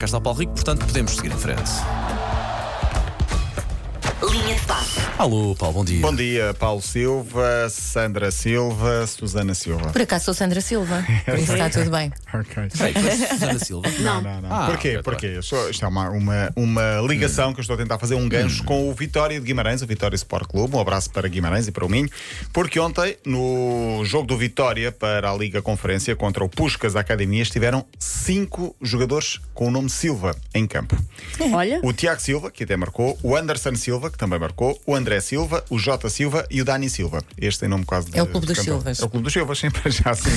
Cá está o Paulo Rico, portanto podemos seguir em frente. Linha de passe. Alô, Paulo, bom dia. Bom dia, Paulo Silva, Sandra Silva, Susana Silva. Por acaso sou Sandra Silva, por isso está tudo bem. Ok. Peraí, tu és Susana Silva? Não, não, não. Ah, Porquê? ok, Porquê? Eu sou- Isto é uma, uma, uma ligação que eu estou a tentar fazer um gancho com o Vitória de Guimarães, o Vitória Sport Clube. Um abraço para Guimarães e para o Minho, porque ontem, no jogo do Vitória para a Liga Conferência contra o Puscas Academia, estiveram cinco jogadores com o nome Silva em campo. Olha, O Tiago Silva, que até marcou, o Anderson Silva, que também marcou, o André Silva, o Jota Silva e o Dani Silva. Este tem nome quase de É o Clube dos cantor. Silvas. É o Clube dos Silvas, sempre já assim.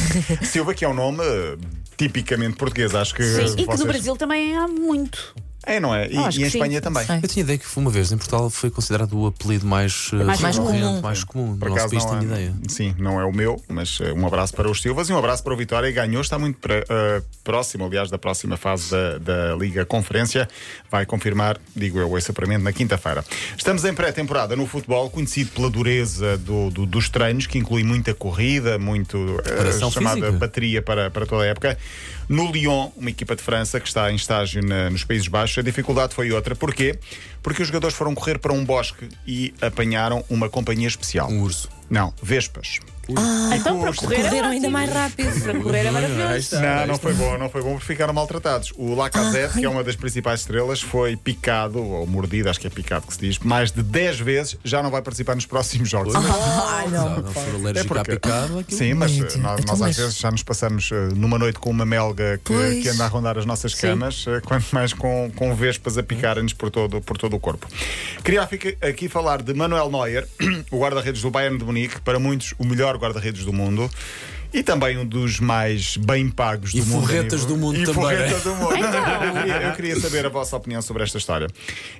Silva, que é um nome eh, tipicamente português, acho que. eh, sim, e que no vocês- Brasil também há muito. É, não é? E, Acho e que em sim. Espanha também. Sim. Eu tinha ideia que foi uma vez em Portugal foi considerado o apelido mais, É eh, mais comum. recorrente, mais comum. Por no nosso acaso país não tenho é, ideia. Sim, não é o meu, mas eh, um abraço para os Silvas e um abraço para o Vitória. Ganhou, está muito pre- eh, próximo, aliás, da próxima fase da, da Liga Conferência. Vai confirmar, digo eu, esse apuramento na quinta-feira. Estamos em pré-temporada no futebol, conhecido pela dureza do- do- dos treinos, que inclui muita corrida, muito eh, Preparação chamada física. bateria para, para toda a época. No Lyon, uma equipa de França que está em estágio na- nos Países Baixos, a dificuldade foi outra. Porquê? Porque os jogadores foram correr para um bosque e apanharam uma companhia especial. Um urso. Não, Vespas. Ah, então, para correr, é Correram ainda ótimo. mais rápido. Para correr é Aí maravilhoso. está, não, aí não está. foi bom, não foi bom porque ficaram maltratados. O Lacazette, que é uma das principais estrelas, foi picado, ou mordido, acho que é picado que se diz, mais de 10 vezes, já não vai participar nos próximos jogos. Ah, não. Não for alérgico à picada, aquilo- É é Sim, mas Meu eh, Deus, nós, então, nós às mas- vezes já nos passamos eh, numa noite com uma melga que, Pois. que anda a rondar as nossas camas, eh, quanto mais com, com vespas a picarem-nos por todo, por todo o corpo. Queria fica- aqui falar de Manuel Neuer, o guarda-redes do Bayern de Munique, para muitos o melhor guarda-redes do mundo. E também um dos mais bem pagos E do mundo. a forretas nível- do mundo e também. né? forretas do mundo. Eu, queria, eu queria saber a vossa opinião sobre esta história.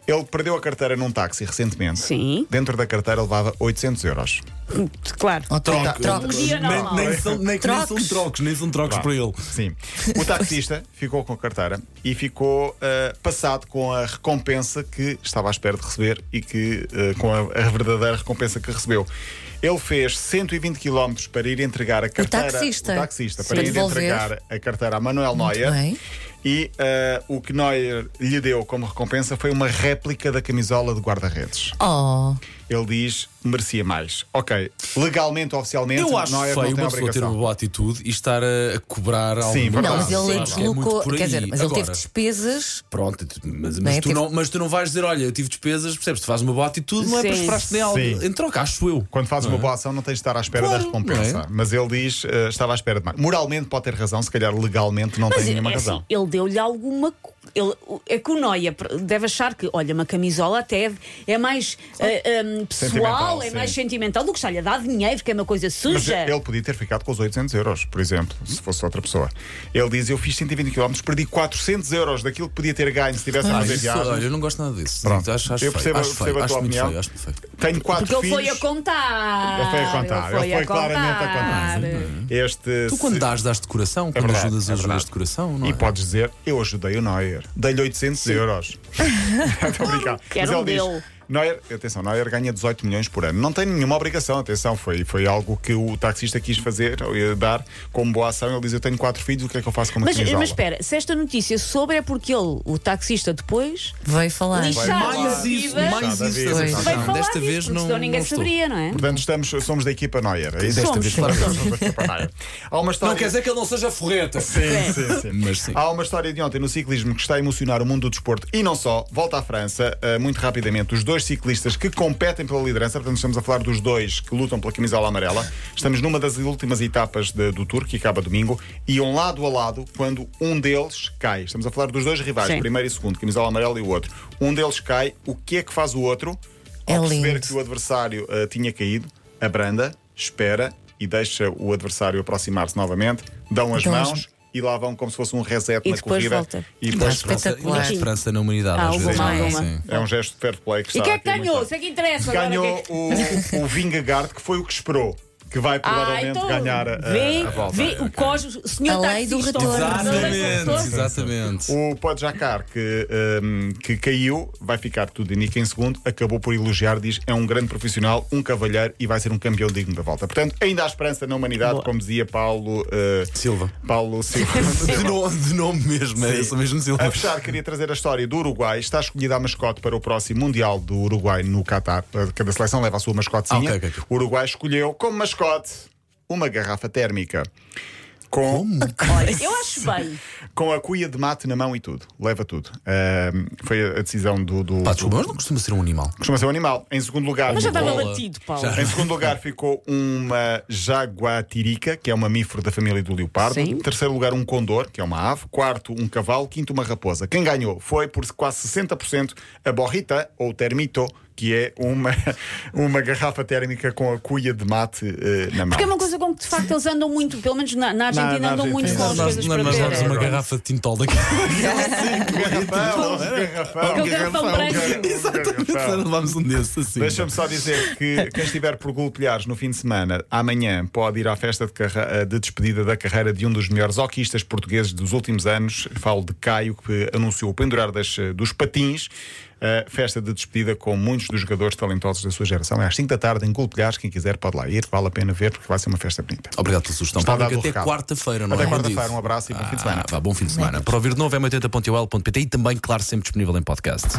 Ele perdeu a carteira num táxi recentemente. Sim. Dentro da carteira levava 800 euros. assim, Claro. Oh, Troca. Troca. Um dia normal. é. Nem, nem são, nem, nem são Trocos. trocos, nem são trocos para ele. Sim. O taxista ficou com a carteira e ficou ah, passado com a recompensa que estava à espera de receber e que ah, com a, a verdadeira recompensa que recebeu. Ele fez 120 km para ir entregar a carteira. taxista. o taxista, Sim. para Para ir devolver. entregar a carteira a Manuel Neuer. bem. E ah, o que Neuer lhe deu como recompensa foi uma réplica da camisola de guarda-redes. Oh, Ele diz merecia mais. Ok, legalmente, oficialmente, Eu acho Neuer feio não tem uma pessoa ter um obrigação. uma boa atitude e estar a, a cobrar algo. Sim, não, verdade. mas ele Acho que é muito deslocou. por aí. quer dizer, mas ele Agora, teve despesas. Pronto, tu- mas, mas Não é? tu Teve- não, mas tu não vais dizer, olha, eu tive despesas, percebes? Tu fazes uma boa atitude, não é Sim. para esperar-te nem algo. Sim. Em troca, acho eu. Quando fazes uma boa ação, não tens de estar à espera Claro, da recompensa. não é? Mas ele diz: eh, estava à espera de mais. Moralmente pode ter razão, se calhar legalmente não tem Mas é nenhuma assim, razão. ele deu-lhe alguma. co- Ele, o- é que o Noia pr- deve achar que, olha, uma camisola até é mais eh, ehm, pessoal, Sentimental, é sim. mais sentimental do que estar-lhe a dar dinheiro, que é uma coisa Mas suja. ele podia ter ficado com os 800 euros, por exemplo, se fosse outra pessoa. Ele diz: Eu fiz 120 km, perdi 400 euros daquilo que podia ter ganho se tivesse a Ah, fazer isso, viagens. olha, eu não gosto nada disso. Pronto. Acho, acho Eu feio, percebo- acho feio, percebo a acho tua muito opinião. feio, acho muito feio. Tenho quatro Porque ele filhos. foi a contar. Ele foi a contar, ele foi claramente a contar. Este. Tu quando se- dás, dás decoração, quando verdade, ajudas é os jogadores verdade. de decoração, não E é? podes dizer, eu ajudei o Neuer, dei-lhe 800 euros. Estou a brincar. Quero um dele. Neuer, atenção, Neuer ganha 18 milhões por ano. Não tem nenhuma obrigação, atenção, foi, foi algo que o taxista quis fazer, eh, dar como boa ação. Ele diz: Eu tenho quatro filhos, o que é que eu faço com uma Mas, camisola? mas espera, se esta notícia sobre é porque ele, o taxista, depois Veio falar. Lixo. Vai lá. Mais isso, mais Puxada, isso, vida. David. vai Não, falar desta disto, vez porque não- senão ninguém não estou. saberia, não é? Portanto, estamos, somos da equipa Neuer. É E desta Somos, vez somos. somos da equipa Neuer. Há uma história. Não quer dizer que ele não seja forreta. Sim, sim, sim. Mas sim. Há uma história de ontem no ciclismo que está a emocionar o mundo do desporto e não só. Volta à França, eh, muito rapidamente, os dois ciclistas que competem pela liderança, portanto, estamos a falar dos dois que lutam pela camisola amarela. Estamos numa das últimas etapas de- do Tour, que acaba domingo, e um lado a lado, quando um deles cai. Estamos a falar dos dois rivais, Sim. primeiro e segundo, camisola amarela e o outro. Um deles cai, o que é que faz o outro? É Ao perceber lindo. que o adversário eh, tinha caído, abranda, espera e deixa o adversário aproximar-se novamente, dão as Dão as- mãos e lá vão como se fosse um reset E na depois corrida. volta. E depois Mas volta. espetacular. Há esperança na humanidade. Ah, às houve vezes, uma, não é? uma. Sim. É um gesto de fair play que E está quem é que aqui ganhou? muito Isso é que interessa bem. Ganhou agora. que Ah, então é que- o, o Vingegaard, que foi o que esperou. que vai provavelmente ganhar a, a- vê, a volta. vê o Cosmos, o senhor A lei do taxista, retorno. o senhor Exatamente, taxista. exatamente. O Podjacar, que, hum, que caiu, vai ficar tudo em Nica em segundo, acabou por elogiar, diz é um grande profissional, um cavalheiro e vai ser um campeão digno da volta. Portanto, ainda há esperança na humanidade, Boa. como dizia Paulo eh, Silva. Paulo Silva. De nome, de nome mesmo, é Sim. essa mesmo A Silva. fechar, queria trazer a história do Uruguai. Está escolhida a mascote para o próximo Mundial do Uruguai no Catar. Eh, Cada seleção leva a sua mascotezinha. Ah, ok, ok. O Uruguai escolheu como mascote uma garrafa térmica. Com, Olha, eu acho bem. com a cuia de mate na mão e tudo. Leva tudo. Ahm, foi a a decisão do. do, Pá, do- desculpa, mas não costuma ser um animal. Costuma ser um animal. Em segundo lugar. Mas já ficou- estava Bola. latido, Paulo. Já. Em segundo lugar ficou uma jaguatirica, que é um mamífero da família do leopardo. Sim. Terceiro lugar, um condor, que é uma ave. Quarto, um cavalo. Quinto, uma raposa. Quem ganhou foi, por quase 60%, a borrita, ou termito, que é uma, uma garrafa térmica com a cuia de mate eh, na mão. Porque é uma coisa com que de facto eles andam muito, pelo menos na, na Argentina, na andam muito Argentina. com as Nós, coisas nós, para nós ver. damos uma garrafa de tintol daqui. Garrafão, garrafão, Aquele garrafão branco. Exatamente. Levámos um desses assim. Deixa-me só dizer que quem estiver por Golpilhares no fim de semana, amanhã, pode ir à festa de, carre- eh, de despedida da carreira de um dos melhores hoquistas portugueses dos últimos anos. Falo de Caio, que anunciou o pendurar das- eh, dos patins. Uh, festa de despedida com muitos dos jogadores talentosos da sua geração. É às 5 da tarde em Golpilhares. Quem quiser pode lá ir, vale a pena ver, porque vai ser uma festa bonita. Obrigado pela sugestão. Está Paulo, dado o até recado. quarta-feira, não Ah, Até é? quarta-feira, um abraço e bom fim de semana. Ah, vá, bom fim de semana. Para ouvir de novo, é 80.ol.pt e também, claro, sempre disponível em podcast.